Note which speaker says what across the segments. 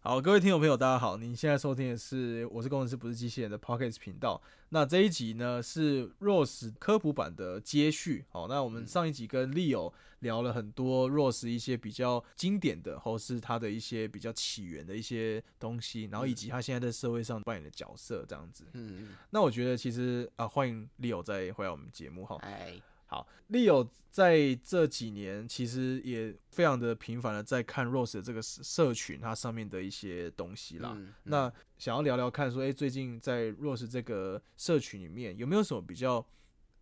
Speaker 1: 好，各位听众朋友，大家好！您现在收听的是《我是工程师，不是机器人》的 Pockets 频道。那这一集呢是 Rose 科普版的接续。好，那我们上一集跟 Leo 聊了很多 Rose 一些比较经典的，或是它的一些比较起源的一些东西，然后以及它现在在社会上扮演的角色这样子。
Speaker 2: 嗯，
Speaker 1: 那我觉得其实啊，欢迎 Leo 再回来我们节目哈。
Speaker 2: 哎，
Speaker 1: 好，Leo 在这几年其实也非常的频繁的在看 Rose 的这个社社群它上面的一些东西啦。
Speaker 2: 嗯
Speaker 1: 那想要聊聊看说，哎、最近在 Rose 这个社群里面有没有什么比较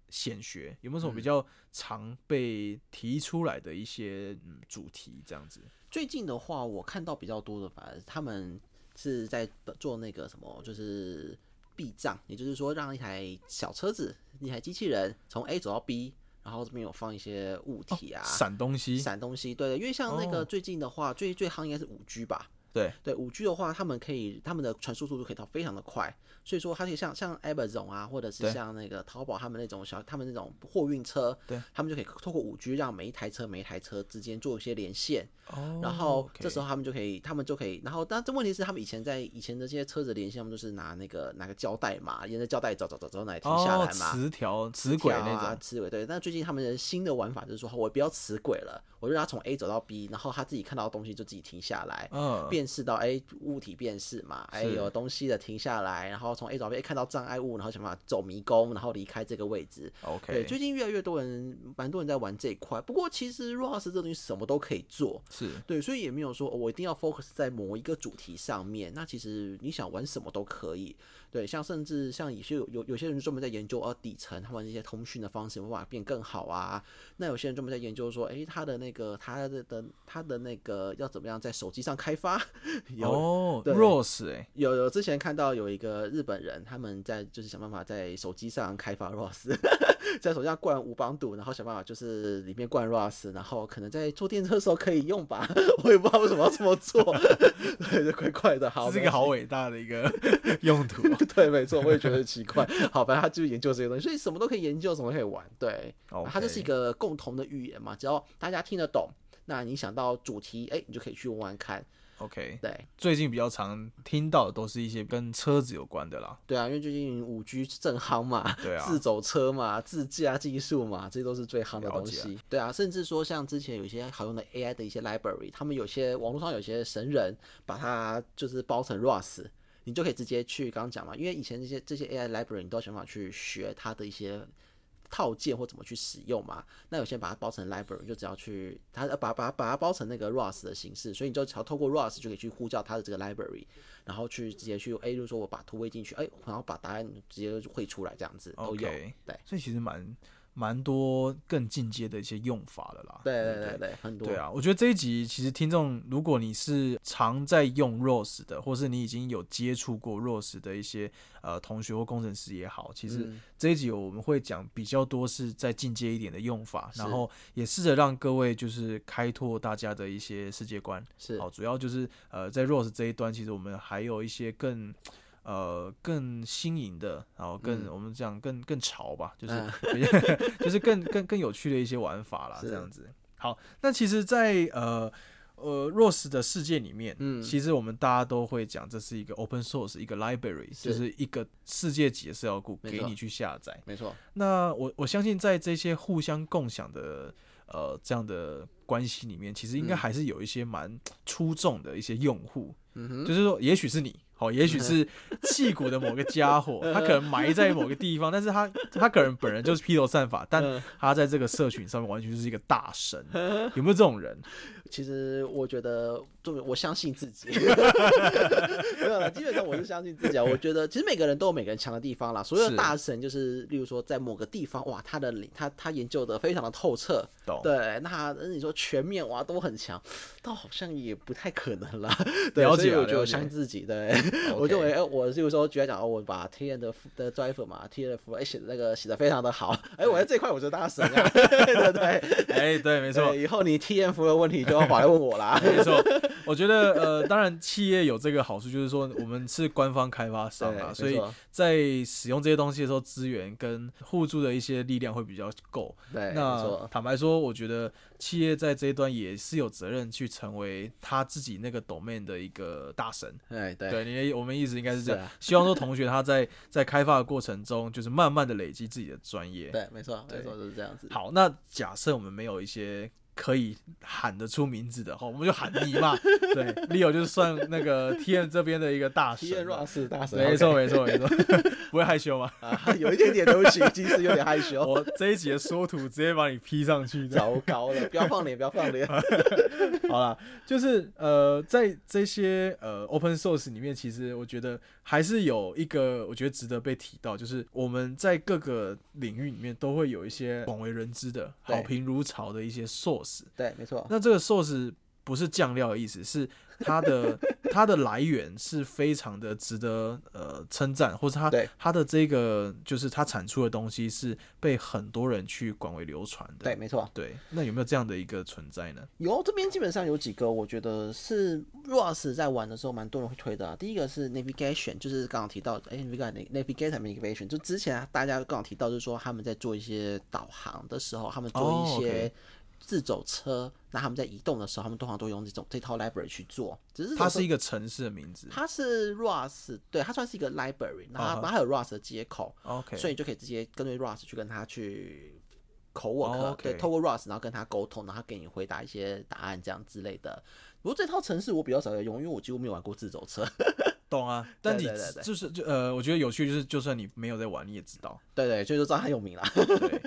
Speaker 1: 显学，有没有什么比较常被提出来的一些嗯主题这样子？
Speaker 2: 最近的话，我看到比较多的，反而他们是在做那个什么，就是避障，也就是说，让一台小车子、一台机器人从 A 走到 B，然后这边有放一些物体啊、
Speaker 1: 闪、东西，
Speaker 2: 闪东西，对对，因为像那
Speaker 1: 哦
Speaker 2: 个最近的话，最最夯应该是五 G 吧。
Speaker 1: 对，
Speaker 2: 对五 G 的话，他们可以他们的传输速度可以到非常的快，所以说它可以像像 Amazon 啊，或者
Speaker 1: 对
Speaker 2: 是像那个淘宝他们那种小他们那种货运车，
Speaker 1: 对，
Speaker 2: 他们就可以透过五 G 让每一台车每一台车之间做一些连线，
Speaker 1: 哦
Speaker 2: 然后这时
Speaker 1: 候
Speaker 2: 候他们就可以他们就可以，然后但这问题是他们以前在以前的这些车子连线，他们就是拿那个拿个胶带嘛，沿着胶带找找找找哪里停下
Speaker 1: 哦
Speaker 2: 来嘛，
Speaker 1: 磁条、磁轨
Speaker 2: 条
Speaker 1: 那
Speaker 2: 啊
Speaker 1: 种，
Speaker 2: 磁轨对。但最近他们的新的玩法就是说，我不要磁轨了，我就让他从 A 走到 B，然后他自己看到东西就自己停下来。
Speaker 1: 嗯，
Speaker 2: 辨识到哎物体辨识嘛，哎
Speaker 1: 是
Speaker 2: 有东西的停下来，然后从 A 走到 B，哎看到障碍物，然后想办法走迷宫，然后离开这个位置。对，
Speaker 1: OK，
Speaker 2: 最近越来越多人，蛮多人在玩这一块。不过其实 ROS 这东西什么都可以做，
Speaker 1: 是
Speaker 2: 对，所以也没有说、哦我一定要 focus 在某一个主题上面。那其实你想玩什么都可以，对，像甚至像有些有有有些人专门在研究哦底层他们一些通讯的方式有没有办法变更好啊。那有些人专门在研究说，诶，他的那个他的的他的那个要怎么样在手机上开发？ 有、
Speaker 1: 哦
Speaker 2: 对
Speaker 1: ，Rose 哎、
Speaker 2: 有有之前看到有一个日本人，他们在就是想办法在手机上开发 ROS，在 手机上灌五磅赌，然后想办法就是里面灌 ROS，然后可能在坐电车的时候可以用吧，我也不知道为什么要这么做， 对，就怪怪的，好，
Speaker 1: 这是一
Speaker 2: 没
Speaker 1: 个好伟大的一 个用途。
Speaker 2: 关系， 对，没错，我也觉得奇怪，好，反正他就是研究这些东西，所以什么都可以研究，什么都可以玩，对，
Speaker 1: 哦，
Speaker 2: 它就是一个共同的语言嘛，只要大家听得懂，那你想到主题，哎，你就可以去玩玩看，
Speaker 1: OK。
Speaker 2: 对。
Speaker 1: 最近比较常听到的都是一些跟车子有关的啦。
Speaker 2: 对啊，因为最近五 G 正夯嘛，
Speaker 1: 对啊
Speaker 2: 自走车嘛，自驾技术嘛，这些都是最夯的
Speaker 1: 了
Speaker 2: 东
Speaker 1: 解
Speaker 2: 西。对啊，甚至说像之前有一些好用的 AI 的一些 library，他们有些网络上有些神人把它就是包成 ROS，你就可以直接去刚刚讲嘛，因为以前这些这些 AI library 你都要想办法去学它的一些套件或怎么去使用嘛。那有些人把它包成 library，你就只要去它呃把把把它包成那个 ROS 的形式，所以你就只要透过 ROS 就可以去呼叫它的这个 library，然后去直接去哎，就是说我把图喂进去，哎，然后把答案直接就绘出来这样子都有。
Speaker 1: OK，
Speaker 2: 对
Speaker 1: 所以其实蛮蛮多更进阶的一些用法的啦。
Speaker 2: 对
Speaker 1: 不
Speaker 2: 对对对，很多。
Speaker 1: 对啊，我觉得这一集其实听众，如果你是常在用 Rose 的，或是你已经有接触过 Rose 的一些呃同学或工程师也好，其实
Speaker 2: 嗯
Speaker 1: 这一集我们会讲比较多是在进阶一点的用法，
Speaker 2: 是
Speaker 1: 然后也试着让各位就是开拓大家的一些世界观。
Speaker 2: 是
Speaker 1: 好，主要就是呃在 Rose 这一端，其实我们还有一些更。呃，更新颖的，然后更、
Speaker 2: 嗯
Speaker 1: 我们讲更更潮吧，就是、
Speaker 2: 嗯
Speaker 1: 就是更更更有趣的一些玩法啦，
Speaker 2: 是
Speaker 1: 这样子。好，那其实在，呃呃 Rose 的世界里面，
Speaker 2: 嗯
Speaker 1: 其实我们大家都会讲，这是一个 open source，一个 library，
Speaker 2: 是
Speaker 1: 就是一个世界级的资料库
Speaker 2: 没
Speaker 1: 给
Speaker 2: 错
Speaker 1: 你去下载。
Speaker 2: 没错，
Speaker 1: 那我我相信在这些互相共享的呃这样的关系里面，其实应该
Speaker 2: 嗯
Speaker 1: 还是有一些蛮出众的一些用户，
Speaker 2: 嗯哼，
Speaker 1: 就是说，也许是你，好、也许是气骨的某个家伙，他可能埋在某个地方，但是他他可能本人就是披头散发，
Speaker 2: 嗯
Speaker 1: 但他在这个社群上面完全就是一个大 神，有没有这种人？
Speaker 2: 其实我觉得，就我相信 自己，没有啦，基本上我是相信自己啊。我觉得其实每个人都有每个人强的地方啦。所有
Speaker 1: 是
Speaker 2: 的大神就是，例如说在某个地方，哇，他的领他他研究的非常的透彻，
Speaker 1: 懂？
Speaker 2: 对，那他那你说全面哇都很强，倒好像也不太可能 啦。对，
Speaker 1: 了
Speaker 2: 所以
Speaker 1: 解啊
Speaker 2: 我
Speaker 1: 了
Speaker 2: 觉得我
Speaker 1: 解
Speaker 2: 相信自己，对。
Speaker 1: OK，
Speaker 2: 我认为，哎、我例如说举例来讲，哦，我把 T N 的的 driver 嘛，T N 的 f 哎写的那个写的非常的好，哎、我在这一块我觉得大神啊，对对对，
Speaker 1: 哎、对，没
Speaker 2: 没
Speaker 1: 错，
Speaker 2: 以后你 T N 服的问题就要跑来问我啦，
Speaker 1: 没错。我觉得呃，当然企业有这个好处，就是说我们是官方开发商啊，
Speaker 2: 对，
Speaker 1: 所
Speaker 2: 没
Speaker 1: 以
Speaker 2: 错
Speaker 1: 在使用这些东西的时候，资源跟互助的一些力量会比较够。
Speaker 2: 对，没
Speaker 1: 那
Speaker 2: 错，
Speaker 1: 坦白说，我觉得企业在这一端也是有责任去成为他自己那个 domain 的一个大神。
Speaker 2: 哎对，
Speaker 1: 对，你的我们意思应该是这样，
Speaker 2: 是啊
Speaker 1: 希望说同学他在在开发的过程中，就是慢慢的累积自己的专业。
Speaker 2: 对，没错，
Speaker 1: 对
Speaker 2: 没错，就是这样子。
Speaker 1: 好，那假设我们没有一些可以喊得出名字的，好，我们就喊你嘛。对，Leo 就是算那个 TM 这边的一个大
Speaker 2: 体验
Speaker 1: 神啊。
Speaker 2: Ross 大神，
Speaker 1: 没错，没错，没错，不会害羞吗？
Speaker 2: 啊， 有一点点对不起，其实有点害羞，
Speaker 1: 我这一集的缩图直接把你 P 上去 的。
Speaker 2: 糟糕了，不要放脸，不要 放脸。
Speaker 1: 好啦，就是呃，在这些呃 open source 里面，其实我觉得还是有一个我觉得值得被提到，就是我们在各个领域里面都会有一些广为人知的
Speaker 2: 对
Speaker 1: 好评如潮的一些 source。
Speaker 2: 对，没错，
Speaker 1: 那这个 source 不是酱料的意思，是它 的它的来源是非常的值得呃称赞，或是它
Speaker 2: 对
Speaker 1: 它的这个就是它产出的东西是被很多人去广为流传的。
Speaker 2: 对，没错。
Speaker 1: 对，那有没有这样的一个存在呢？
Speaker 2: 有这边基本上有几个，我觉得是 Ross 在玩的时候蛮多人会推的啊、第一个是 Navigation，就是刚刚提到，哎、n a v i g a t i Navigation Navigation，就之前啊大家刚好提到，就是说他们在做一些导航的时候，他们做
Speaker 1: 哦
Speaker 2: 一些
Speaker 1: ，OK
Speaker 2: 自走车，那、他们在移动的时候，他们通常都用这种这套 library 去做。只是
Speaker 1: 它
Speaker 2: 有时候
Speaker 1: 是一个城市的名字。
Speaker 2: 它是 ROS，对，它算是一个 library，然后它
Speaker 1: 啊哈
Speaker 2: 然后还有 ROS 的接口，
Speaker 1: OK，
Speaker 2: 所以你就可以直接根据 ROS 去跟他去 co work，、
Speaker 1: 哦，OK
Speaker 2: 对，透过 ROS 然后跟他沟通，然后他给你回答一些答案这样之类的。不过这套程式我比较少在用，因为我几乎没有玩过自走车。
Speaker 1: 懂啊。但
Speaker 2: 对
Speaker 1: 你
Speaker 2: 对对对
Speaker 1: 就是就呃，我觉得有趣就是，就算你没有在玩，你也知 道。
Speaker 2: 对对，所以就知道它 有名啦。
Speaker 1: 对，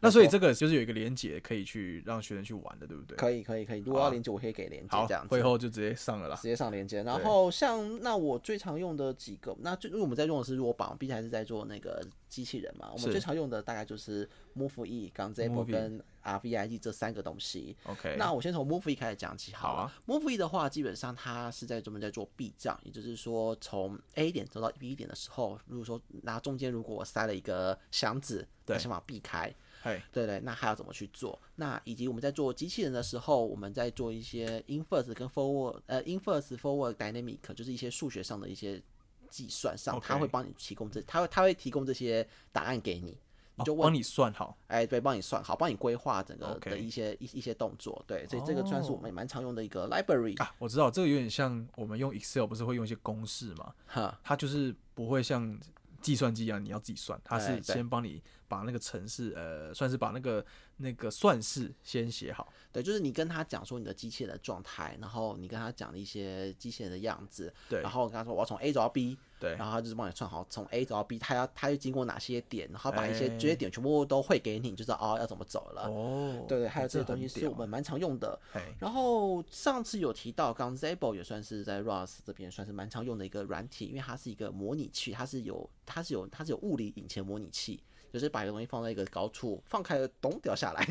Speaker 1: 那所以这个就是有一个连接可以去让学生去玩的，对不对？
Speaker 2: 可以可以可以，如果要连接，我可以给连接
Speaker 1: 好
Speaker 2: 这样，子
Speaker 1: 会。后就直接上了啦
Speaker 2: 直。接上连接，
Speaker 1: 对
Speaker 2: 然后像那我最常用的几个，那最因为我们在用的是弱榜，毕竟还是在做那个机器人嘛。我们
Speaker 1: 是
Speaker 2: 最常用的大概就是 Move E、g a n z a b o
Speaker 1: Move-E
Speaker 2: 跟 RVIE 这三个东西。
Speaker 1: OK，
Speaker 2: 那我先从 Move E 开始讲起好
Speaker 1: 好
Speaker 2: 了。
Speaker 1: 啊
Speaker 2: Move E 的话，基本上它是在专门在做避障，也就是说从 A 点走到 B 点的时候，如果说那中间如果我塞了一个箱子，
Speaker 1: 对
Speaker 2: 那想办法避开。
Speaker 1: 嗨，
Speaker 2: 对对，那还要怎么去做？那以及我们在做机器人的时候，我们在做一些 inverse 跟 forward，呃，inverse forward dynamic，就是一些数学上的一些计算上，它
Speaker 1: OK
Speaker 2: 会帮你提供这，它会它会提供这些答案给你，你
Speaker 1: 哦
Speaker 2: 就问
Speaker 1: 帮你算好。
Speaker 2: 哎，对，帮你算好，帮你规划整个
Speaker 1: OK 哦
Speaker 2: 的一些一一些动作，对，所以这个算是我们也蛮常用的一个 library，、
Speaker 1: 啊，我知道这个有点像我们用 Excel 不是会用一些公式嘛？
Speaker 2: 哈，
Speaker 1: 它就是不会像计算机一样你要自己算，它
Speaker 2: 哎
Speaker 1: 是
Speaker 2: 对
Speaker 1: 先帮你把那个程式呃，算是把那个那个算式先写好。
Speaker 2: 对，就是你跟他讲说你的机器人的状态，然后你跟他讲一些机器人的样子，
Speaker 1: 对
Speaker 2: 然后跟他说我要从 A 走到 B，
Speaker 1: 对
Speaker 2: 然后他就是帮你算好从 A 走到 B，他要他要经过哪些点，然后把一些
Speaker 1: 哎
Speaker 2: 这些点全部都会给你，你就知道哦要怎么走了。
Speaker 1: 哦，
Speaker 2: 对对，还有
Speaker 1: 哎
Speaker 2: 这些
Speaker 1: 很
Speaker 2: 东西是
Speaker 1: 屌
Speaker 2: 我们蛮常用的。
Speaker 1: 哎
Speaker 2: 然后上次有提到 g a n z a b o 也算是在 ROS 这边算是蛮常用的一个软体，因为它是一个模拟器，它是有它是有它是有物理引擎模拟器，就是把一个东西放在一个高处，放开了咚掉下来。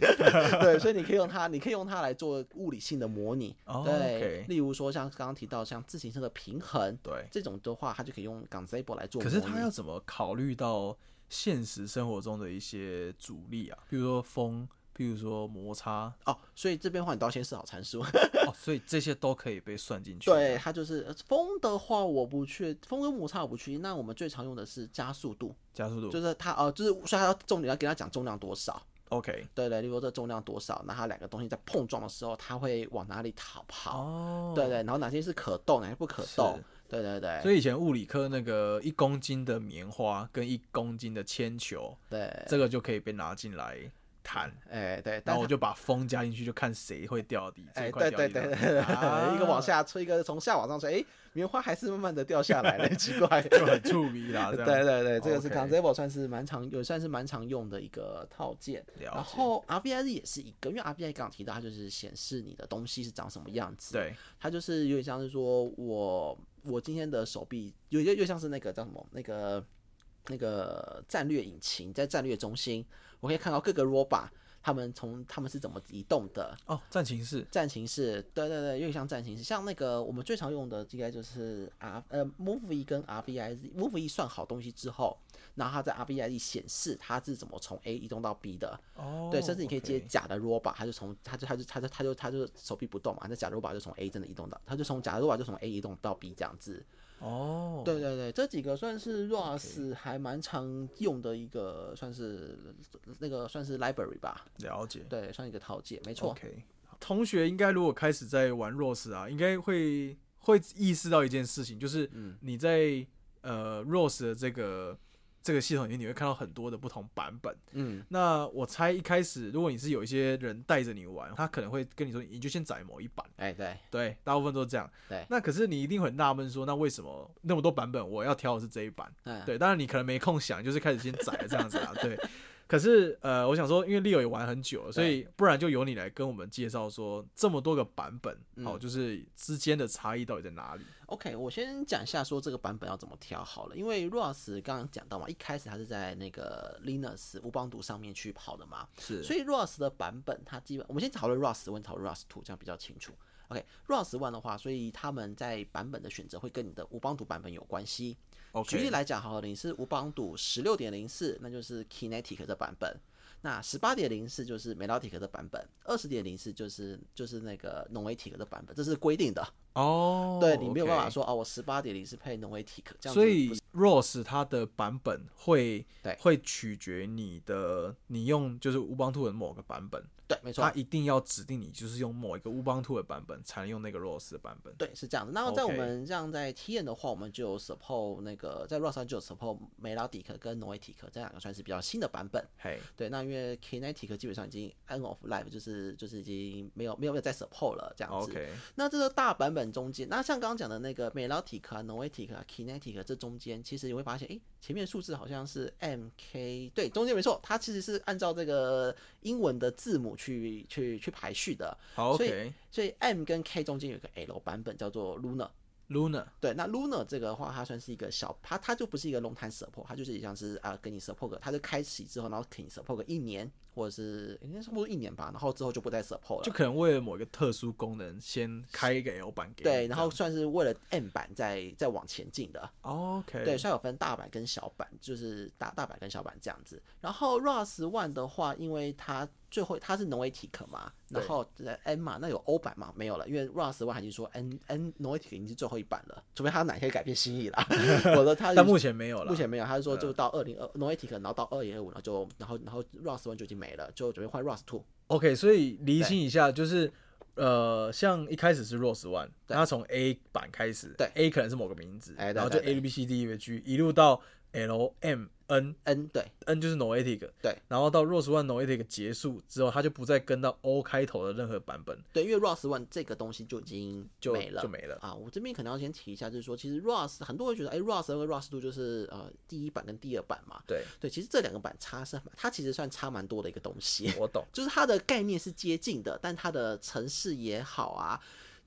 Speaker 2: 对，所以你可以用它，你可以用它来做物理性的模拟。
Speaker 1: 哦
Speaker 2: 对
Speaker 1: OK
Speaker 2: 例如说像刚刚提到像自行车的平衡
Speaker 1: 对。
Speaker 2: 这种的话，它就可以用 g a n z a b o 来做模
Speaker 1: 可
Speaker 2: 拟。
Speaker 1: 是他要怎么考虑到现实生活中的一些阻力啊？比如说风，比如说摩擦
Speaker 2: 哦，所以这边的话你都要先设好参数。
Speaker 1: 哦，所以这些都可以被算进去。啊
Speaker 2: 对，，它就是呃风的话，我不确风跟摩擦我不确定。那我们最常用的是加速度，
Speaker 1: 加速度
Speaker 2: 就是它呃，就是所以它要重点要跟它讲重量多少。
Speaker 1: OK。
Speaker 2: 对对，例如说这重量多少，那它两个东西在碰撞的时候，它会往哪里逃跑？
Speaker 1: 哦，
Speaker 2: 对对，然后哪些是可动，哪些不可动
Speaker 1: 是？
Speaker 2: 对对对，
Speaker 1: 所
Speaker 2: 以
Speaker 1: 以以前物理课那个一公斤的棉花跟一公斤的铅球，
Speaker 2: 对，
Speaker 1: 这个就可以被拿进来谈，
Speaker 2: 哎对，
Speaker 1: 然
Speaker 2: 但
Speaker 1: 后
Speaker 2: 是
Speaker 1: 我就把风加进去，就看谁会掉到地，最
Speaker 2: 哎对
Speaker 1: 快
Speaker 2: 对
Speaker 1: 掉地
Speaker 2: 对，
Speaker 1: 上。
Speaker 2: 对
Speaker 1: 啊
Speaker 2: 一个往下吹，一个从下往上吹，哎，棉花还是慢慢的掉下来了，奇怪。
Speaker 1: 就很触鼻啦，这
Speaker 2: 对
Speaker 1: 样子
Speaker 2: 对对，这个是
Speaker 1: OK
Speaker 2: c o n c e p 算是蛮常有算是蛮常用的一个套件。
Speaker 1: 了
Speaker 2: 然
Speaker 1: 解
Speaker 2: 后 RVI 也是一个，因为 RVI 刚刚提到，它就是显示你的东西是长什么样子。，
Speaker 1: 对
Speaker 2: 它就是有点像是说我我今天的手臂，有有又像是那个叫什么那个那个战略引擎，在战略中心，我可以看到各个 robot。他们从他们是怎么移动的，
Speaker 1: 哦，战情室
Speaker 2: 战情室，对对对，有点像战情室，像那个我们最常用的应该就是 R 呃 Move 跟 RVI，Move 算好东西之后，然后它在 RVI 显示它是怎么从 A 移动到 B 的，
Speaker 1: 哦，
Speaker 2: 对，甚至你可以接
Speaker 1: OK
Speaker 2: 假的 robot，它就从它就它就它就它就它就手臂不动嘛，那假的 robot 就从 A 真的移动到，它就从假的 robot 就从 A 移动到 B 这样子，
Speaker 1: 哦，
Speaker 2: 对对对，这几个算是 ROS 还蛮常用的一个算是那个算是 library 吧，
Speaker 1: 了解。
Speaker 2: 对，算一个套件，没错。
Speaker 1: OK，同学应该如果开始在玩 Rose 啊，应该会会意识到一件事情，就是
Speaker 2: 嗯
Speaker 1: 你在、呃 Rose 的这个这个系统里面，你会看到很多的不同版本。
Speaker 2: 嗯，
Speaker 1: 那我猜一开始，如果你是有一些人带着你玩，他可能会跟你说，你就先载某一版。
Speaker 2: 哎对，
Speaker 1: 对，大部分都是这样。
Speaker 2: 对
Speaker 1: 那可是你一定很纳闷说，那为什么那么多版本，我要挑的是这一版？
Speaker 2: 嗯，
Speaker 1: 对，当然你可能没空想，就是开始先宰了这样子 啊。对，可是呃，我想说，因为 Leo 也玩很久了，所以不然就由你来跟我们介绍说这么多个版本，好、
Speaker 2: 嗯
Speaker 1: 就是之间的差异到底在哪里？
Speaker 2: OK，我先讲一下说这个版本要怎么挑好了，因为 ROS 刚刚讲到嘛，一开始它是在那个 Linux 乌邦图上面去跑的嘛，
Speaker 1: 是
Speaker 2: 所以 ROS 的版本它基本，我们先讨论 ROS One，讨论 ROS Two，这样比较清楚。OK，ROS、One 的话，所以他们在版本的选择会跟你的乌邦图版本有关系。
Speaker 1: OK，
Speaker 2: 举例来讲好了，你是无帮赌十六点零四，那就是 Kinetic 的版本；那十八点零四就是 Melodic 的版本；二十点零四就是就是那个 Noetic 的版本，这是规定的。
Speaker 1: 哦，
Speaker 2: 对你没有办法
Speaker 1: OK。
Speaker 2: 说哦，我十八点零是配 Noetic 这样子不是。
Speaker 1: 所以 Rose 它的版本会
Speaker 2: 对
Speaker 1: 会取决你的，你用就是乌邦兔的某个版本，
Speaker 2: 对，没错
Speaker 1: 它，一定要指定你就是用某一个乌邦兔的版本才能用那个 Rose 的版本。
Speaker 2: 对是这样子。那么在我
Speaker 1: OK
Speaker 2: 们这样在 T N 的话，我们就有 support 那个在 ROS 上就有 support Melodic 跟 Noetic 这两个算是比较新的版本。
Speaker 1: 嘿，
Speaker 2: 对，那因为 Kinetic 基本上已经 end of life，就是就是已经没有没有没有再 support 了这样子。
Speaker 1: OK，
Speaker 2: 那这个大版本中间，那像刚刚讲的那个 Melodic 啊、Noetic 啊、Kinetic 啊这中间，其实你会发现，诶，前面数字好像是 M K，对，中间没错，它其实是按照这个英文的字母去去去排序的，
Speaker 1: 好
Speaker 2: 所以
Speaker 1: ，OK。
Speaker 2: 所以 M 跟 K 中间有一个 L 版本叫做 Luna。
Speaker 1: Luna，
Speaker 2: 对，那 Luna 这个的话，它算是一个小，它它就不是一个 long time support，它就是像是啊、跟你 support 个，它就开启之后，然后给你 support 个一年，或者是应该差不多一年吧，然后之后就不再 support 了。
Speaker 1: 就可能为了某一个特殊功能，先开一个 L 版给你
Speaker 2: 对，
Speaker 1: 这
Speaker 2: 然
Speaker 1: 样
Speaker 2: 后算是为了 M 版再再往前进的。
Speaker 1: 哦 OK，
Speaker 2: 对，所以有分大版跟小版，就是大大版跟小版这样子。然后 ROS One 的话，因为它最后它是 Noetic 嘛，然
Speaker 1: 对
Speaker 2: 后呃 N 嘛，那有 O 版嘛，没有了，因为 ROS One 已经说 N N Noetic 已经是最后一版了，除非它哪天改变心意啦。 否则它
Speaker 1: 但目前没有了，
Speaker 2: 目前没有，他是说就到二零二 Noetic，然后到二零二五，然后就然后然后 ROS One 就已经没了，就准备换 ROS Two。
Speaker 1: OK，所以厘清一下，就是呃，像一开始是 Rose One，它从 A 版开始，
Speaker 2: 对
Speaker 1: ，A 可能是某个名字，
Speaker 2: 哎对
Speaker 1: 然后就
Speaker 2: 对
Speaker 1: A
Speaker 2: 对
Speaker 1: B C D E F G 一路到 L M N。
Speaker 2: N 对
Speaker 1: N 就是 Noetic，
Speaker 2: 对，
Speaker 1: 然后到 Rose One Noetic 结束之后，它就不再跟到 O 开头的任何版本，
Speaker 2: 对，因为 ROS One 这个东西就已经
Speaker 1: 就
Speaker 2: 没了，
Speaker 1: 就没了。
Speaker 2: 啊，我这边可能要先提一下，就是说，其实 ROS 很多人觉得，哎，ROS 跟 ROS Two 就是呃第一版跟第二版嘛，
Speaker 1: 对，
Speaker 2: 对，其实这两个版差是它其实算差蛮多的一个东西，
Speaker 1: 我懂。
Speaker 2: 就是它的概念是接近的，但它的程式也好啊，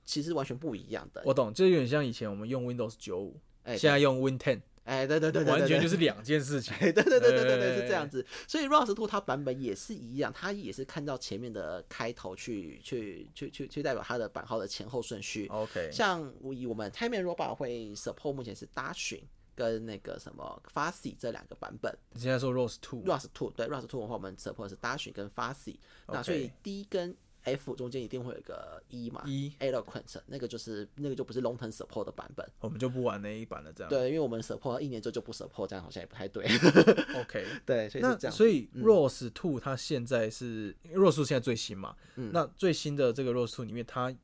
Speaker 2: 其实完全不一样的。
Speaker 1: 我懂，这有点像以前我们用 Windows 九五，
Speaker 2: 哎
Speaker 1: 现在用 Win Ten，
Speaker 2: 哎，对对对对，
Speaker 1: 完全
Speaker 2: 是。
Speaker 1: 就是两件事情。
Speaker 2: 对对对对对对对，
Speaker 1: 对
Speaker 2: 是这样子。所以 ROS Two 它版本也是一样，它也是看到前面的开头去去去去去代表它的版号的前后顺序。
Speaker 1: OK，
Speaker 2: 像以我们 Time and Robot 会 support 目前是 Dash 跟那个什么 Fuzzy 这两个版本
Speaker 1: 你现在说 Rose Two，
Speaker 2: ，ROS Two 对 ROS Two 的话，我们 support 是 Dash 跟 Fuzzy。那
Speaker 1: OK
Speaker 2: 所以 D 跟 F 中间一定会有一个 E 嘛
Speaker 1: E
Speaker 2: ，Eloquent 那个就是那个就不是 Long Term Support 的版本。
Speaker 1: 我们就不玩那一版了，这样。
Speaker 2: 对，因为我们 support 一年之后就不 support，这样好像也不太对。
Speaker 1: ，OK。
Speaker 2: 对，所以是
Speaker 1: 那
Speaker 2: 这样。嗯
Speaker 1: 所以 Rose Two 它现在是、因为 Rose Two 现在最新嘛？
Speaker 2: 嗯
Speaker 1: 那最新的这个 Rose Two 里面它，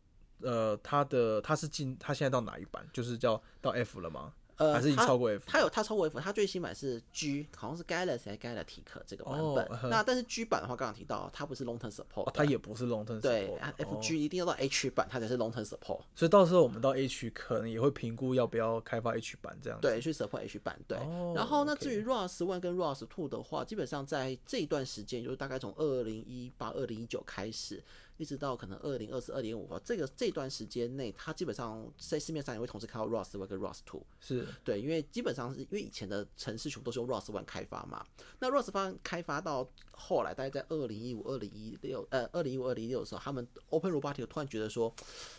Speaker 1: 呃，它的它是进它现在到哪一版？就是叫到 F 了吗？
Speaker 2: 呃，
Speaker 1: 还是已经
Speaker 2: 它
Speaker 1: 超过 F？
Speaker 2: 它有它超过 F，它最新版是 G，好像是 Galaxy 还是 Galactic 这个版本。
Speaker 1: 哦嗯哼
Speaker 2: 那但是 G 版的话，刚刚提到它不是 long term support，、
Speaker 1: 哦它也不是 long term
Speaker 2: 对啊
Speaker 1: support
Speaker 2: 它
Speaker 1: 哦嗯
Speaker 2: ，FG 一定要到 H 版，它才是 long term support。
Speaker 1: 所以到时候我们到 H 可能也会评估要不要开发 H 版这样子。
Speaker 2: 对，去 support H 版。对，
Speaker 1: 哦
Speaker 2: 然后那
Speaker 1: OK
Speaker 2: 至于 ROS One 跟 ROS Two 的话，基本上在这一段时间，就是大概从二零一八、二零一九开始，一直到可能二零二四、二零五吧，这个这段时间内，它基本上在市面上也会同时看到 ROS One 跟 ROS Two。
Speaker 1: 是
Speaker 2: 对，因为基本上是因为以前的城市全部都是用 ROS One 开发嘛，那 ROS One 开发到后来，大概在二零一五、二零一六，呃，二零一五、二零一六的时候，他们 Open Robotic 突然觉得说，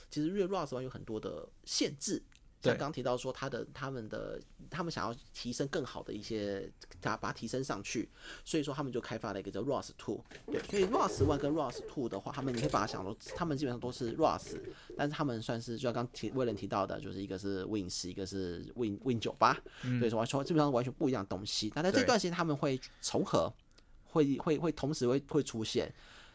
Speaker 2: 其实因为 ROS One 有很多的限制。像
Speaker 1: 对
Speaker 2: 刚提到说，他的他们的他们想要提升更好的一些，把把它提升上去，所以说他们就开发了一个叫 ROS Two，对，所以 ROS One 跟 ROS Two 的话，他们你会把它想说，他们基本上都是 ROS，但是他们算是就像刚提威廉提到的，就是一个是 Win 十，一个是 Win Win 九八、所以说完全基本上完全不一样的东西。那在这
Speaker 1: 嗯对
Speaker 2: 段时间他们会重合，会会会同时会会出现。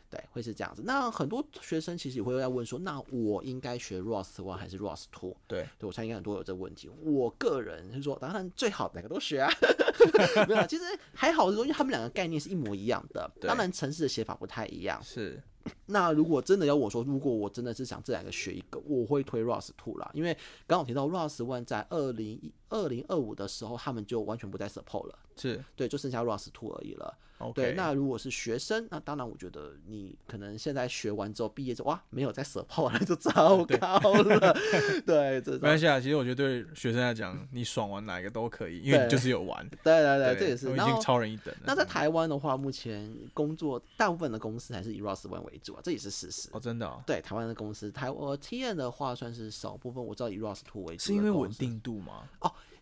Speaker 2: 对，会是这样子。那很多学生其实也会在问说，那我应该学 ROS One 还是 ROS Two？
Speaker 1: 对，
Speaker 2: 对，我猜应该很多有这个问题。我个人是说，当然最好哪个都学啊， 没有啦，啊其实还好，因为他们两个概念是一模一样的，
Speaker 1: 对
Speaker 2: 当然城市的写法不太一样。
Speaker 1: 是
Speaker 2: 那如果真的要我说，如果我真的是想这两个学一个，我会推 ROS Two 啦，因为刚刚我提到 ROS One 在二零一二零二五的时候，他们就完全不再 support 了，
Speaker 1: 是
Speaker 2: 对，就剩下 ROS Two 而已了。
Speaker 1: OK。
Speaker 2: 对，那如果是学生，那当然我觉得你可能现在学完之后毕业之后，哇，没有再 support 了，就糟糕了。 对，这
Speaker 1: 没关系啊，其实我觉得对学生来讲，你爽玩哪一个都可以，因为
Speaker 2: 对
Speaker 1: 你就是有玩。
Speaker 2: 对对对，这也
Speaker 1: 我
Speaker 2: 是。
Speaker 1: 们
Speaker 2: 然
Speaker 1: 已经
Speaker 2: 后，
Speaker 1: 超人一等了。
Speaker 2: 那在台湾的话，目前工作大部分的公司还是以 ROS One 为主啊，这也是事实。
Speaker 1: 哦，真的、哦，
Speaker 2: 对，台湾的公司，台我 T N 的话算是少部分，我知道以 ROS Two 为主。
Speaker 1: 是因为稳。定度 吗？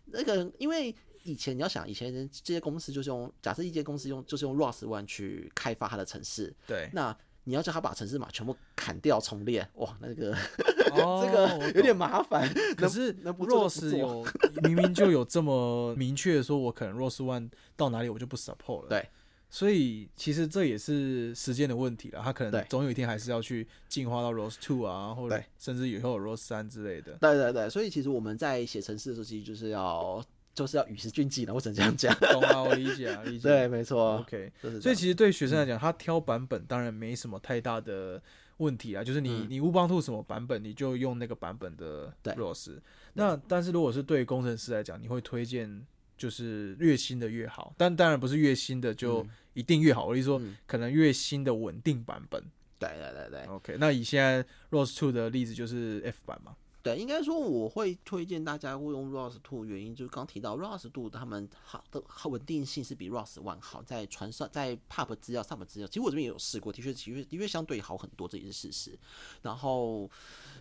Speaker 2: 那个，因为以前你要想，以前这些公司就是用，假设一间公司用就是用 ROS One 去开发它的城市，
Speaker 1: 对，
Speaker 2: 那你要叫他把城市码全部砍掉重列，哇，那个
Speaker 1: 哦
Speaker 2: 这个有。点
Speaker 1: 我懂
Speaker 2: 麻烦。
Speaker 1: 可是
Speaker 2: 那不做就不
Speaker 1: Rose
Speaker 2: 做
Speaker 1: 有明明就有这么明确地说，我可能 Rose One 到哪里我就不 support 了。
Speaker 2: 对，
Speaker 1: 所以其实这也是时间的问题了。他可
Speaker 2: 对
Speaker 1: 能总有一天还是要去进化到 Rose Two 啊，或者
Speaker 2: 对
Speaker 1: 甚至以后有 Rose 三之类的。
Speaker 2: 对对对，所以其实我们在写城市的时候，其实就是要就是要与时俱进了，我只能这样讲。
Speaker 1: 懂啊，我理解啊，理解。
Speaker 2: 对，没错。
Speaker 1: ，OK。
Speaker 2: 就是嗯这
Speaker 1: 所以
Speaker 2: 样
Speaker 1: 其实对学生来讲，他挑版本当然没什么太大的问题啊，就是你、你乌邦兔什么版本，你就用那个版本的
Speaker 2: 嗯对
Speaker 1: ROS。那但是如果是对工程师来讲，你会推荐就是越新的越好，但当然不是越新的
Speaker 2: 嗯
Speaker 1: 就一定越好，我的意思说可能越新的稳定版本。
Speaker 2: 对对对对
Speaker 1: OK，那以现在 ROS Two 的例子就是 F 版 嘛，
Speaker 2: 对，应该说我会推荐大家会用 ROS Two，原因就是刚提到 ROS Two 他们好的稳定性是比 ROS One 好，在传上在 PUB 资料、SUB 资料，其实我这边也有试过，的确的确的确相对好很多，这也是事实。然后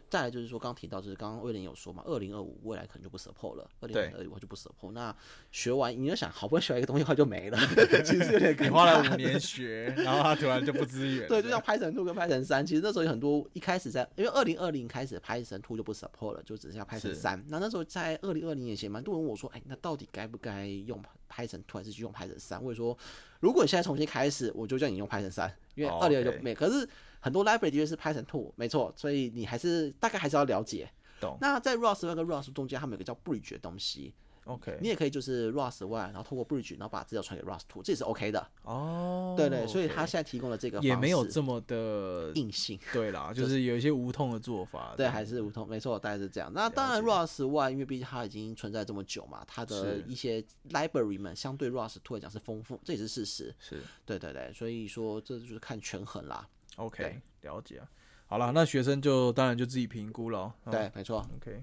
Speaker 2: 再来就是说刚提到，就是刚刚威廉有说嘛，二零二五未来可能就不 support 了，二零
Speaker 1: 对
Speaker 2: 二五就不 support。那学完你要想，好不容易学完一个东西，后来 就没了，其实有点尴
Speaker 1: 你
Speaker 2: 尬。
Speaker 1: 花了五年学，然后他突然就不支援了。
Speaker 2: 对，就像 Python Two 跟 Python 三，其实那时候有很多一开始在，因为二零二零开始 Python Two 就不 support 了，就只剩下 Python
Speaker 1: 是
Speaker 2: 三。那那时候在二零二零年前，蛮多人问我说，哎，那到底该不该用 Python Two 还是去用 Python 三？我也说，如果你现在重新开始，我就叫你用 Python 三，因为
Speaker 1: 哦
Speaker 2: 二零二
Speaker 1: ，OK
Speaker 2: 零没。可是很多 library 的确是 Python Two，没错，所以你还是大概还是要了解。
Speaker 1: 懂
Speaker 2: 那在 ROS 跟 ROS 中间，他们有个叫 bridge 的东西，
Speaker 1: OK，
Speaker 2: 你也可以就是 ROS one，然后透过 bridge，然后把资料传给 ROS two，这也是 OK 的。
Speaker 1: 哦，
Speaker 2: 对对，所以
Speaker 1: OK
Speaker 2: 他现在提供了这个
Speaker 1: 哦也
Speaker 2: 方
Speaker 1: 没有
Speaker 2: 式
Speaker 1: 这么的
Speaker 2: 硬性。
Speaker 1: 对啦，就
Speaker 2: 就是
Speaker 1: 有一些无痛的做法。
Speaker 2: 对，还是无痛，没错，大概是这样。那当然，ROS One 因为毕竟它已经存在这么久嘛，它的
Speaker 1: 是
Speaker 2: 一些 library 们相对 ROS Two 来讲是丰富，这也是事实。
Speaker 1: 是
Speaker 2: 对对对，所以说这就是看权衡啦。
Speaker 1: OK，
Speaker 2: 对
Speaker 1: 了解啊。好了，那学生就当然就自己评估了。嗯
Speaker 2: 对，没错，
Speaker 1: ，OK。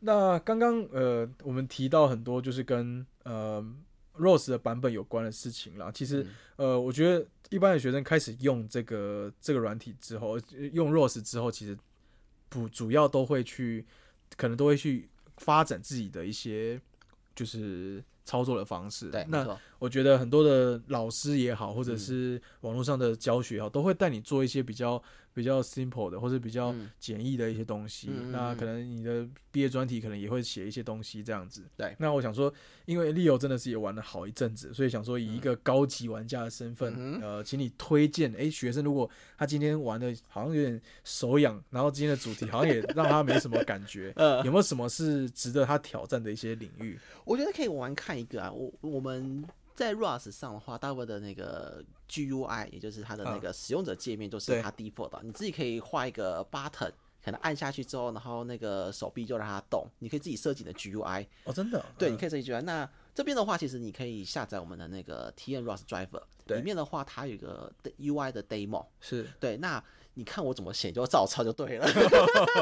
Speaker 1: 那刚刚呃，我们提到很多就是跟呃 Rose 的版本有关的事情啦。其实、
Speaker 2: 嗯
Speaker 1: 呃，我觉得一般的学生开始用这个这个软体之后，呃用 Rose 之后，其实不主要都会去，可能都会去发展自己的一些就是操作的方式。
Speaker 2: 对，没
Speaker 1: 那
Speaker 2: 错，
Speaker 1: 我觉得很多的老师也好，或者是网络上的教学也好，都会带你做一些比较比较 simple 的，或者比较简易的一些东西。
Speaker 2: 嗯嗯嗯
Speaker 1: 那可能你的毕业专题可能也会写一些东西这样子。
Speaker 2: 对
Speaker 1: 那我想说，因为 Leo 真的是也玩了好一阵子，所以想说以一个高级玩家的身份，
Speaker 2: 嗯，
Speaker 1: 呃，请你推荐，诶，学生如果他今天玩的好像有点手痒，然后今天的主题好 像也让他没什么感觉
Speaker 2: 呃
Speaker 1: 有没有什么是值得他挑战的一些领域？
Speaker 2: 我觉得可以玩看一个啊。我我们在 ROS 上的话，大部分的那个 GUI，也就是它的那
Speaker 1: 嗯
Speaker 2: 个使用者界面，都
Speaker 1: 对
Speaker 2: 是它 default 的。你自己可以画一个 button，可能按下去之后，然后那个手臂就让它动，你可以自己设计你的 GUI。
Speaker 1: 哦，真的哦，
Speaker 2: 对，
Speaker 1: 嗯
Speaker 2: 你可以自己决定。那这边的话，其实你可以下载我们的那个 TN Rust Driver，
Speaker 1: 对
Speaker 2: 里面的话它有一个 UI 的 demo，
Speaker 1: 是
Speaker 2: 对，那你看我怎么写，你就照抄就对了。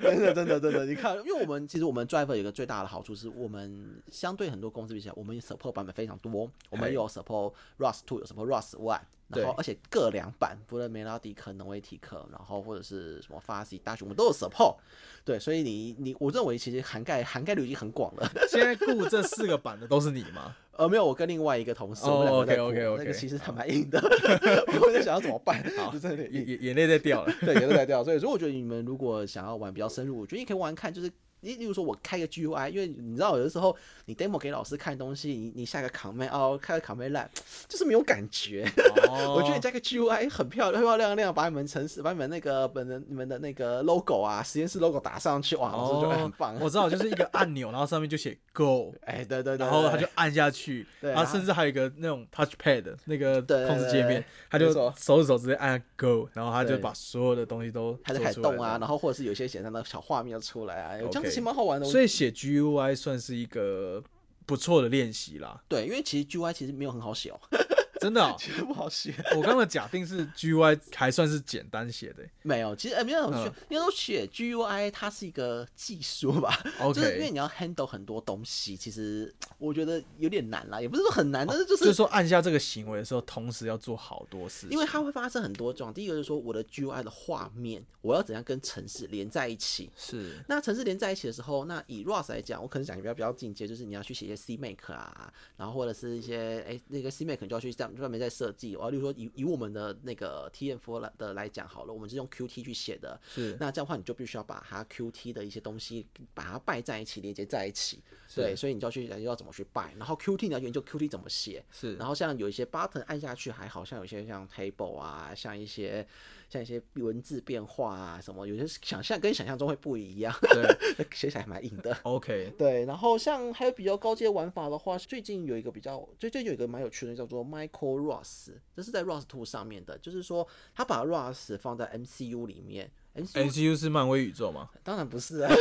Speaker 2: 真的，真的，真的，你看，因为我们其实我们 Driver 有一个最大的好处是，我们相对很多公司比起来，我们 support 版本非常多，我们
Speaker 1: 嘿
Speaker 2: 有 support Rust Two，有 support Rust One。然后
Speaker 1: 对，
Speaker 2: 而且各两版，不论梅拉迪克、能威提克，然后或者是什么发 a 大学，我们都有 support。对，所以你你，我认为其实涵盖涵盖率已经很广了。
Speaker 1: 现在雇这四个版的都是你吗？
Speaker 2: 呃，没有，我跟另外一个同事，我们两
Speaker 1: 哦
Speaker 2: 个在
Speaker 1: ，OK，OK，
Speaker 2: 哭
Speaker 1: OK
Speaker 2: 那个其实还蛮硬的， 我在想要怎么办，就真的有点硬
Speaker 1: 眼眼眼泪在掉了。
Speaker 2: 对，也都改掉。所以，所以我觉得你们如果想要玩比较深入，我觉得你可以玩玩看，就是例例如说我开个 GUI，因为你知道有的时候你 demo 给老师看东西，你你下个 command 哦，开个 command line，就是没有感觉。
Speaker 1: 哦
Speaker 2: 我觉得你加个 GUI 很漂亮，漂亮亮，把你们城市、把你们那个本人、你们的那个 logo 啊，实验室 logo 打上去，哇，老师觉得很棒。
Speaker 1: 哦我知道，就是一个按钮，然后上面就写 Go，
Speaker 2: 哎，对对对，
Speaker 1: 然后他
Speaker 2: 对
Speaker 1: 就按下去，
Speaker 2: 对
Speaker 1: 然
Speaker 2: 然
Speaker 1: 后
Speaker 2: 后
Speaker 1: 甚至还有一个那种 touchpad 那个
Speaker 2: 对
Speaker 1: 控制界面
Speaker 2: 对，
Speaker 1: 他就
Speaker 2: 没错
Speaker 1: 手指手直接按 Go，然后他就
Speaker 2: 对
Speaker 1: 把所有的东西都
Speaker 2: 他就
Speaker 1: 做
Speaker 2: 开始
Speaker 1: 出来
Speaker 2: 动啊，
Speaker 1: 了。
Speaker 2: 然后或者是有一些简单的小画面就出来啊，有这样
Speaker 1: OK
Speaker 2: 子其实蛮好玩的。我
Speaker 1: 所以写 GUI 算是一个不错的练习啦，
Speaker 2: 对，因为其实 GUI 其实没有很好写哦，
Speaker 1: 真的哦、
Speaker 2: 其实不好写。
Speaker 1: 我刚刚的假定是 GUI 还算是简单写的、
Speaker 2: 没有，其实呃没有很需要
Speaker 1: 嗯，
Speaker 2: 应该说写 GUI 它是一个技术吧
Speaker 1: OK
Speaker 2: 就是因为你要 handle 很多东西，其实我觉得有点难啦，也不是说很难，但是就
Speaker 1: 哦就是
Speaker 2: 是
Speaker 1: 说按下这个行为的时候，同时要做好多事情，
Speaker 2: 因为它会发生很多状况。第一个就是说我的 GUI 的画面，我要怎样跟城市连在一起。
Speaker 1: 是
Speaker 2: 那城市连在一起的时候，那以 Rust 来讲，我可能讲比较比较进阶，就是你要去写一些 C Make 啊，然后或者是一些哎、那个 C Make 你就要去这样专门在设计。哦我例如说以以我们的那个 TM4 来的来讲好了，我们是用 Qt 去写的，
Speaker 1: 是
Speaker 2: 那这样的话，你就必须要把它 QT 的一些东西把它拜在一起，连接在一起。
Speaker 1: 是
Speaker 2: 对，所以你就要去研究要怎么去拜，然后 QT 你要研究 QT 怎么写。
Speaker 1: 是
Speaker 2: 然后像有一些 button 按下去还好，像有些像 table 啊，像一些像一些文字变化啊什么，有些想象跟想象中会不一样，
Speaker 1: 对
Speaker 2: 写起来还蛮硬的。
Speaker 1: OK
Speaker 2: 对，然后像还有比较高阶玩法的话，最近有一个比较，最近有一个蛮有趣的叫做 Michael Ross，这是在 Ross Two 上面的，就是说他把 Ross 放在 MCU 里面，MCU
Speaker 1: MCU 是漫威宇宙吗？
Speaker 2: 当然不是 啊，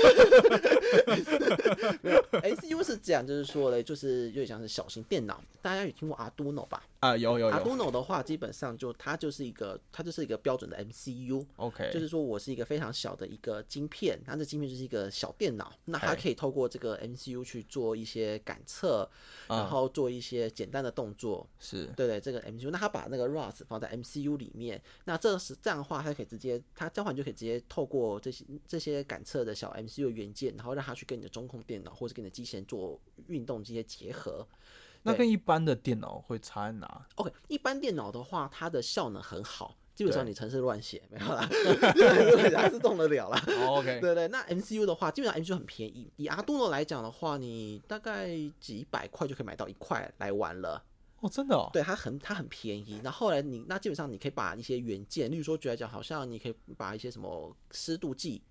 Speaker 2: 没有 ACU 是这样，就是说嘞，就是有点像是小型电脑，大家有听过 Arduino 吧
Speaker 1: 啊，有有有
Speaker 2: ？Arduino 的话，基本上就它就是一个它就是一个标准的 MCU，
Speaker 1: ，OK，
Speaker 2: 就是说我是一个非常小的一个晶片，那这晶片就是一个小电脑，那它
Speaker 1: 哎
Speaker 2: 可以透过这个 MCU 去做一些感测，
Speaker 1: 啊
Speaker 2: 然后做一些简单的动作，
Speaker 1: 是
Speaker 2: 对对，这个 MCU，那他把那个 ROS 放在 MCU 里面，那这是这样的话，它可以直接，它这样的话你就可以直接透过这些这些感测的小 MCU 元件，然后让它去跟你的中控电脑或者跟你的机器人做运动这些结合。
Speaker 1: 那
Speaker 2: 对
Speaker 1: 跟一般的电脑会差在 哪？
Speaker 2: OK，一般电脑的话，它的效能很好，基本上
Speaker 1: 对
Speaker 2: 你程式乱写没有啦，对还是动得了啦。
Speaker 1: 哦 OK，
Speaker 2: 对对，那 MCU 的话，基本上 MCU 很便宜。以 Arduino 来讲的话，你大概几百块就可以买到一块来玩了。
Speaker 1: 哦，真的哦，
Speaker 2: 对，它很它很便宜。那后来你那基本上你可以把一些元件，例如说举来讲，好像你可以把一些什么湿度计，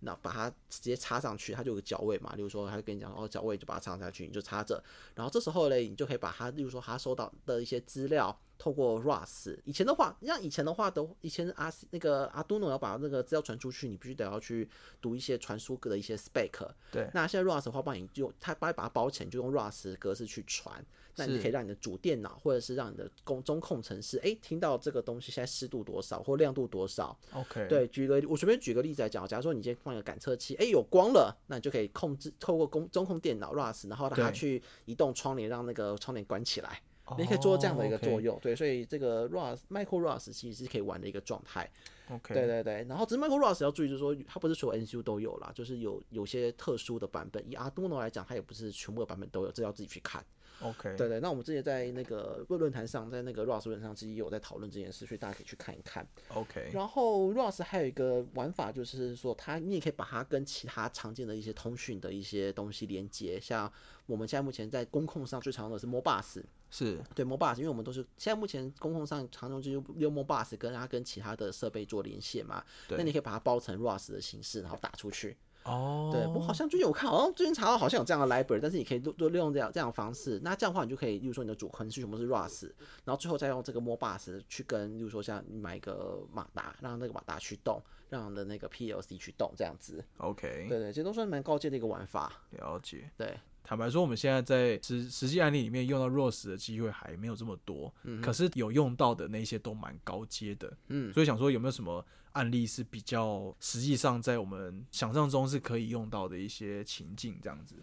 Speaker 2: 那把它直接插上去，它就有个脚位嘛。例如说，它就跟你讲哦，脚位就把它插上去，你就插着。然后这时候嘞，你就可以把它，例如说它收到的一些资料。透过 ROS，以前的话，像以前的话都，以前阿那个 Arduino 要把那个资料传出去，你必须得要去读一些传输的一些 spec，
Speaker 1: 对
Speaker 2: 那现在 ROS 的话，帮你用它帮你把它包起来，你就用 ROS 格式去传。那你
Speaker 1: 是
Speaker 2: 可以让你的主电脑或者是让你的工中控程式，哎，听到这个东西现在湿度多少或亮度多少。
Speaker 1: OK，
Speaker 2: 对，举个我随便举个例子来讲，假如说你今天放一个感测器，哎，有光了，那你就可以控制透过工中控电脑 ROS，然后让它
Speaker 1: 对
Speaker 2: 去移动窗帘，让那个窗帘关起来。
Speaker 1: 哦，
Speaker 2: 你可以做这样的一个作
Speaker 1: OK，
Speaker 2: 用。对，所以这个 ROS Micro ROS 其实是可以玩的一个状态。
Speaker 1: OK，
Speaker 2: 对对对，然后只是 Micro ROS 要注意，就是说它不是所有 NCU 都有啦，就是有有些特殊的版本。以 Arduino 来讲，它也不是全部的版本都有，这要自己去看。
Speaker 1: OK，
Speaker 2: 对对，那我们之前在那个论坛上，在那个 ROS 论坛上，其实也有在讨论这件事，所以大家可以去看一看。
Speaker 1: OK，
Speaker 2: 然后 ROS 还有一个玩法，就是说它你也可以把它跟其他常见的一些通讯的一些东西连接，像我们现在目前在公控上最常用的是 Modbus，
Speaker 1: 是
Speaker 2: 对 Modbus，因为我们都是现在目前公控上常用就是用 Modbus 跟它跟其他的设备做连线嘛，
Speaker 1: 对
Speaker 2: 那你可以把它包成 ROS 的形式，然后打出去。
Speaker 1: 哦，
Speaker 2: 对，我好像最近我看，好像最近查到好像有这样的 library，但是你可以多多利用这样这样的方式。那这样的话，你就可以，例如说你的主控是全部是 ROS，然后最后再用这个 Modbus 去跟，例如说像你买一个马达，让那个马达去动，让你的那个 PLC 去动，这样子。
Speaker 1: OK，
Speaker 2: 对对，这都算蛮高阶的一个玩法。
Speaker 1: 了解。
Speaker 2: 对，
Speaker 1: 坦白说，我们现在在实实际案例里面用到 ROS 的机会还没有这么多，可是有用到的那些都蛮高阶的，
Speaker 2: 嗯，
Speaker 1: 所以想说有没有什么案例是比较实际上在我们想象中是可以用到的一些情境这样子。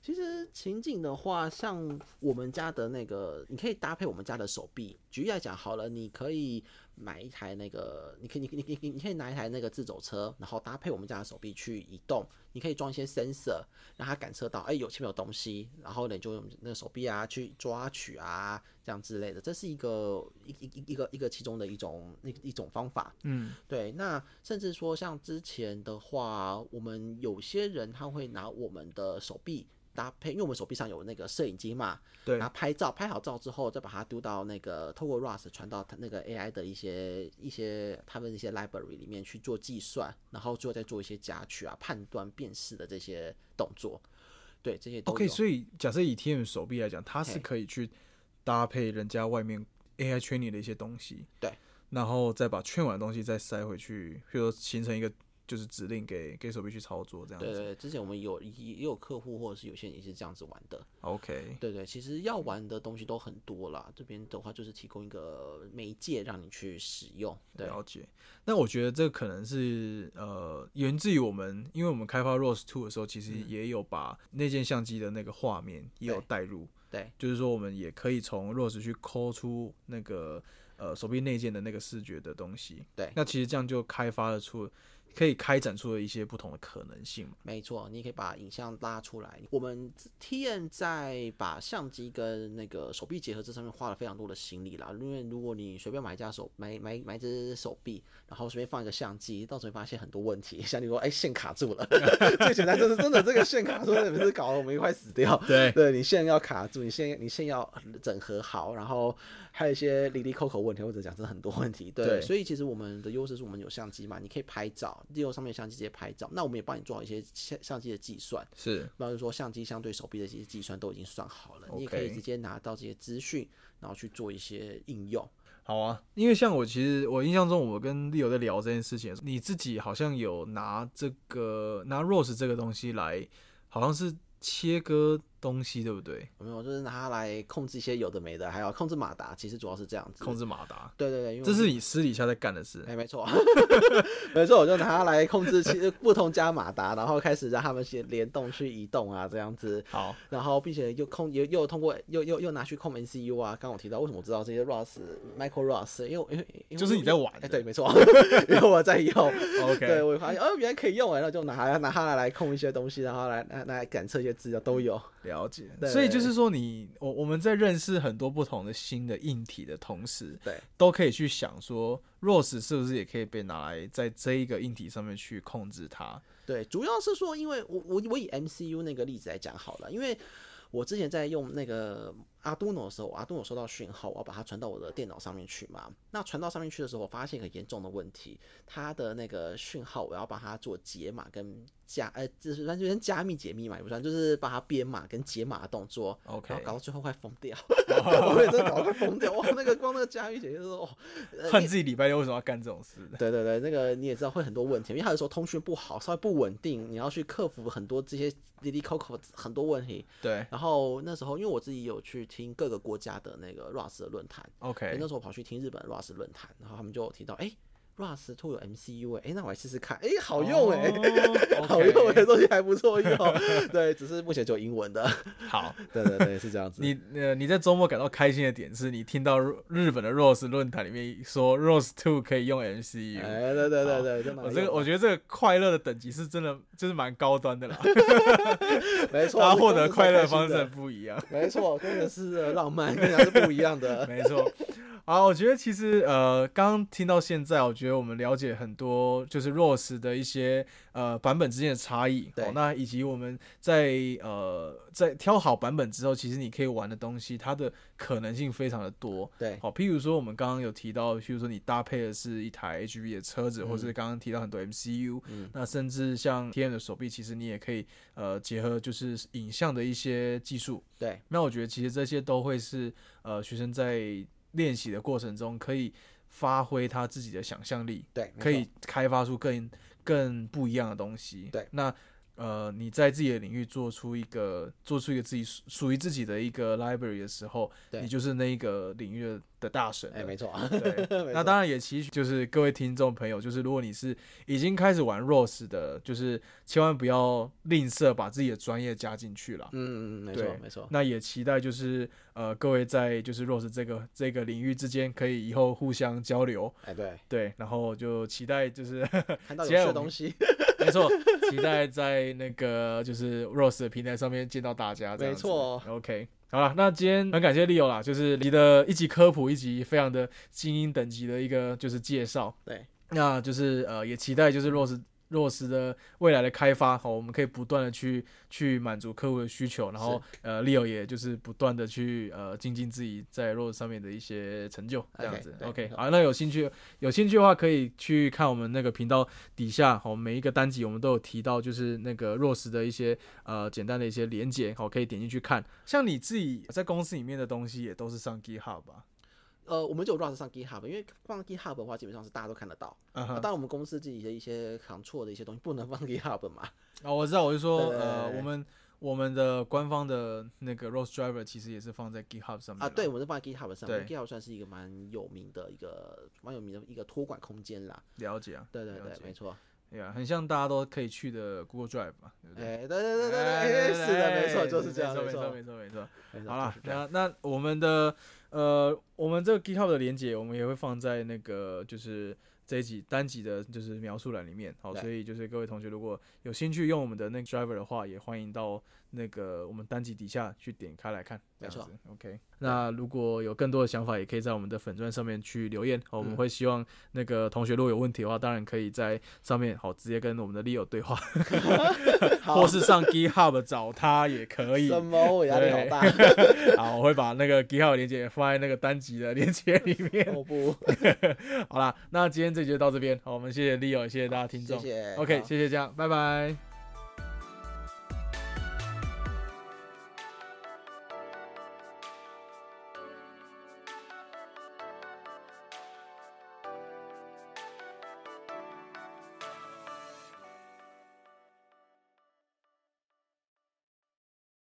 Speaker 2: 其实情景的话，像我们家的那个，你可以搭配我们家的手臂。举例来讲好了，你可以买一台那个，你可以你你你你可以拿一台那个自走车，然后搭配我们家的手臂去移动。你可以装一些 sensor，让它感测到，哎、有前面有东西，然后呢你就用那个手臂啊去抓取啊，这样之类的。这是一个一一一一个一个其中的一种一一种方法。
Speaker 1: 嗯，
Speaker 2: 对，那甚至说像之前的话，我们有些人他会拿我们的手臂搭配，因为我们手臂上有那个摄影机嘛，
Speaker 1: 对
Speaker 2: 然，后拍照，拍好照之后再把它丢到那个透过 RAS 传到它那个 AI 的一些一些他们的一些 library 里面去做计算，然后最后再做一些加取啊、判断、辨识的这些动作。对，这些都
Speaker 1: OK，
Speaker 2: 有
Speaker 1: 所以假设以 TM 手臂来讲，它是
Speaker 2: 嘿
Speaker 1: 可以去搭配人家外面 AI 圈里的一些东西，
Speaker 2: 对，
Speaker 1: 然后再把圈完的东西再塞回去，譬如说形成一个就是指令给给手臂去操作这样
Speaker 2: 对
Speaker 1: 子。
Speaker 2: 对，之前我们有也也有客户或者是有些人也是这样子玩的。
Speaker 1: OK，
Speaker 2: 对对，其实要玩的东西都很多啦。这边的话就是提供一个媒介让你去使用。对，
Speaker 1: 了解。那我觉得这可能是呃源自于我们，因为我们开发 ROS Two 的时候，其实也有把那件相机的那个画面也有
Speaker 2: 嗯对
Speaker 1: 带入，
Speaker 2: 对，
Speaker 1: 就是说我们也可以从 ROS 去抠出那个呃手臂内建的那个视觉的东西。
Speaker 2: 对
Speaker 1: 那其实这样就开发了出，可以开展出了一些不同的可能性嘛。
Speaker 2: 没错，你可以把影像拉出来。我们 T N 在把相机跟那个手臂结合这上面花了非常多的心力啦。因为如果你随便买一架手买买买一只手臂，然后随便放一个相机，到时候会发现很多问题， 像你说哎线卡住了， 最简单就是真的这个线卡住了，每次搞得我们快死掉。
Speaker 1: 对
Speaker 2: 对你线要卡住，你线你线要整合好，然后还有一些离离扣扣问题，或者讲真的很多问题。对，
Speaker 1: 对
Speaker 2: 所以其实我们的优势是我们有相机嘛，你可以拍照，利用上面的相机直接拍照。那我们也帮你做好一些相相机的计算，
Speaker 1: 是
Speaker 2: 那就是说相机相对手臂的一些计算都已经算好了，你也可
Speaker 1: OK
Speaker 2: 以直接拿到这些资讯，然后去做一些应用。
Speaker 1: 好啊，因为像我其实我印象中，我跟丽友在聊这件事情，你自己好像有拿这个拿 ROS 这个东西来，好像是切割东西，对不对？
Speaker 2: 有没有？就是拿它来控制一些有的没的，还有控制马达，其实主要是这样子。
Speaker 1: 控制马达，
Speaker 2: 对对对，因为
Speaker 1: 这是你私底下在干的事。
Speaker 2: 哎，没错， 没错，我就拿它来控制其实不同加马达，然后开始让他们先联动去移动啊，这样子，
Speaker 1: 好，
Speaker 2: 然后并且又控又又通过又又又拿去控 NCU 啊。刚刚我提到为什么我知道这些 ROS Micro ROS，因为我因为因为
Speaker 1: 就是你在玩
Speaker 2: 哎，
Speaker 1: 的
Speaker 2: 对，没错，因为我在用。
Speaker 1: OK
Speaker 2: 对，我发现哦，原来可以用哎，然后就拿它拿它来控一些东西，然后来拿拿来感测一些资料都有。
Speaker 1: 了解，
Speaker 2: 对
Speaker 1: 所以就是说你，我我们在认识很多不同的新的硬体的同时，
Speaker 2: 对，
Speaker 1: 都可以去想说，ROS 是不是也可以被拿来在这一个硬体上面去控制它？
Speaker 2: 对，主要是说，因为我我我以 MCU 那个例子来讲好了，因为我之前在用那个 Arduino 的时候，Arduino 收到讯号，我要把它传到我的电脑上面去嘛。那传到上面去的时候，我发现一个严重的问题，它的那个讯号我要把它做解码跟加，呃，就是算是跟加密解密嘛，也不算，就是把它编码跟解码的动作。
Speaker 1: OK
Speaker 2: 然后搞到最后快疯掉，我也真的搞到快疯掉。哇，那个光那个加密解密就是说，哦，
Speaker 1: 恨自己礼拜六为什么要干这种事？
Speaker 2: 对对对，那个你也知道会很多问题，因为他有时候通讯不好，稍微不稳定，你要去克服很多这些滴滴 Coco 很多问题。
Speaker 1: 对
Speaker 2: 然后那时候，因为我自己有去听各个国家的那个 ROS 的论坛，诶
Speaker 1: ，OK，
Speaker 2: 那时候我跑去听日本 ROS 论坛，然后他们就有提到，哎，ROS Two 有 MCU 哎、诶那我来试试看，哎，好用哎、
Speaker 1: 哦
Speaker 2: 好用哎、
Speaker 1: OK
Speaker 2: 东西还不错用，对，只是目前只有英文的，
Speaker 1: 好，
Speaker 2: 对对对，是这样子。
Speaker 1: 你呃你在周末感到开心的点是你听到日日本的 ROS 论坛里面说 ROS Two 可以用 MCU，、
Speaker 2: 哎，对对对对，真的
Speaker 1: 我
Speaker 2: 蛮
Speaker 1: 这个
Speaker 2: 用
Speaker 1: 我觉得这个快乐的等级是真的就是蛮高端的啦，
Speaker 2: 的没错，
Speaker 1: 大家
Speaker 2: 这
Speaker 1: 获
Speaker 2: 真
Speaker 1: 得
Speaker 2: 的是
Speaker 1: 快乐
Speaker 2: 开
Speaker 1: 的
Speaker 2: 心
Speaker 1: 方式
Speaker 2: 的
Speaker 1: 很不一样。
Speaker 2: 没错，跟的是浪漫，跟人家是不一 样的。
Speaker 1: 没错。好，我觉得其实呃，刚刚听到现在，我觉得我们了解很多就是 ROS 的一些呃版本之间的差异，
Speaker 2: 对
Speaker 1: 哦，那以及我们在呃在挑好版本之后，其实你可以玩的东西，它的可能性非常的多。
Speaker 2: 对
Speaker 1: 好，譬如说我们刚刚有提到，譬如说你搭配的是一台 HB 的车子，或是刚刚提到很多 MCU，、
Speaker 2: 嗯
Speaker 1: 那甚至像 TN 的手臂，其实你也可以呃结合就是影像的一些技术，
Speaker 2: 对
Speaker 1: 那我觉得其实这些都会是呃学生在练习的过程中可以发挥他自己的想象力，
Speaker 2: 对，没
Speaker 1: 可以
Speaker 2: 错
Speaker 1: 开发出更更不一样的东西。
Speaker 2: 对
Speaker 1: 那呃，你在自己的领域做出一个做出一个自己属属于自己的一个 library 的时候，
Speaker 2: 对
Speaker 1: 你就是那一个领域的的大神了。
Speaker 2: 哎，没错，
Speaker 1: 对，那当然也期许就是各位听众朋友，就是如果你是已经开始玩 Rose 的，就是千万不要吝啬把自己的专业加进去了。
Speaker 2: 嗯，嗯嗯，没错
Speaker 1: 对
Speaker 2: 没错，
Speaker 1: 那也期待就是呃各位在就是 Rose 这个这个领域之间可以以后互相交流，
Speaker 2: 哎，对，
Speaker 1: 对，然后就期待就是
Speaker 2: 看到有
Speaker 1: 既然
Speaker 2: 趣的
Speaker 1: 我们
Speaker 2: 东西，
Speaker 1: 没错，期待在那个就是 Rose 的平台上面见到大家这样子。
Speaker 2: 没错
Speaker 1: ，OK。好了，那今天很感谢 Leo 啦，就是你的一集科普，一集非常的精英等级的一个就是介绍。
Speaker 2: 对，
Speaker 1: 那就是呃，也期待就是 Rose Rose 的未来的开发，好，我们可以不断的去去满足客户的需求，然后呃，Leo 也就是不断的去呃精进自己在 Rose 上面的一些成就，这样子。
Speaker 2: 对
Speaker 1: OK，
Speaker 2: 没错
Speaker 1: 好，那有兴趣有兴趣的话，可以去看我们那个频道底下，好，每一个单集我们都有提到，就是那个 Rose 的一些呃简单的一些连接，好，可以点进去看。像你自己在公司里面的东西，也都是上 GitHub 吧？
Speaker 2: 呃，我们就有 Rust 上 GitHub，因为放 GitHub 的话，基本上是大家都看得到。
Speaker 1: 嗯
Speaker 2: 那
Speaker 1: 哼，
Speaker 2: 当然，我们公司自己的一些 Ctrl 的一些东西不能放 GitHub 嘛，
Speaker 1: 啊，我知道，我是说，
Speaker 2: 对对对
Speaker 1: 呃，
Speaker 2: 对
Speaker 1: 我们我们的官方的那个 Rose Driver 其实也是放在 GitHub 上面
Speaker 2: 啊，
Speaker 1: 啦
Speaker 2: 对，，我们是放在 GitHub 上面
Speaker 1: 嗯对
Speaker 2: ，GitHub 算是一个蛮有名的一个蛮有名的一个托管空间啦。
Speaker 1: 了解啊，
Speaker 2: 对对
Speaker 1: 了
Speaker 2: 对，
Speaker 1: 解
Speaker 2: 没错。
Speaker 1: 对啊，很像大家都可以去的 Google Drive 嘛，对不对？
Speaker 2: 哎，对对对对
Speaker 1: 哎
Speaker 2: 对，是的，没错，
Speaker 1: 哎
Speaker 2: 就是这样，
Speaker 1: 没错，
Speaker 2: 错，
Speaker 1: 没错，没错。
Speaker 2: 没错
Speaker 1: 好了
Speaker 2: 就是，这样
Speaker 1: 那那我们的呃，我们这个 GitHub 的连接，我们也会放在那个就是这一集单集的，就是描述栏里面。好，
Speaker 2: 对
Speaker 1: 所以就是各位同学如果有兴趣用我们的那个 driver 的话，也欢迎到那个我们单集底下去点开来看。
Speaker 2: 没错
Speaker 1: 这样子，OK。那如果有更多的想法，也可以在我们的粉钻上面去留言。
Speaker 2: 嗯
Speaker 1: 好，我们会希望那个同学如果有问题的话，当然可以在上面好直接跟我们的 Leo 对 话， 或是上 GitHub 找他也可以。
Speaker 2: 什么？我压力好
Speaker 1: 对
Speaker 2: 大，
Speaker 1: 好，我会把那个 GitHub 连接放在那个单集的连接里面。
Speaker 2: 我不，
Speaker 1: 好啦，那今天这集就到这边，好，我们谢谢 Leo，也谢谢大家听众
Speaker 2: 谢谢
Speaker 1: ，OK，
Speaker 2: 好
Speaker 1: 谢谢这样，拜拜。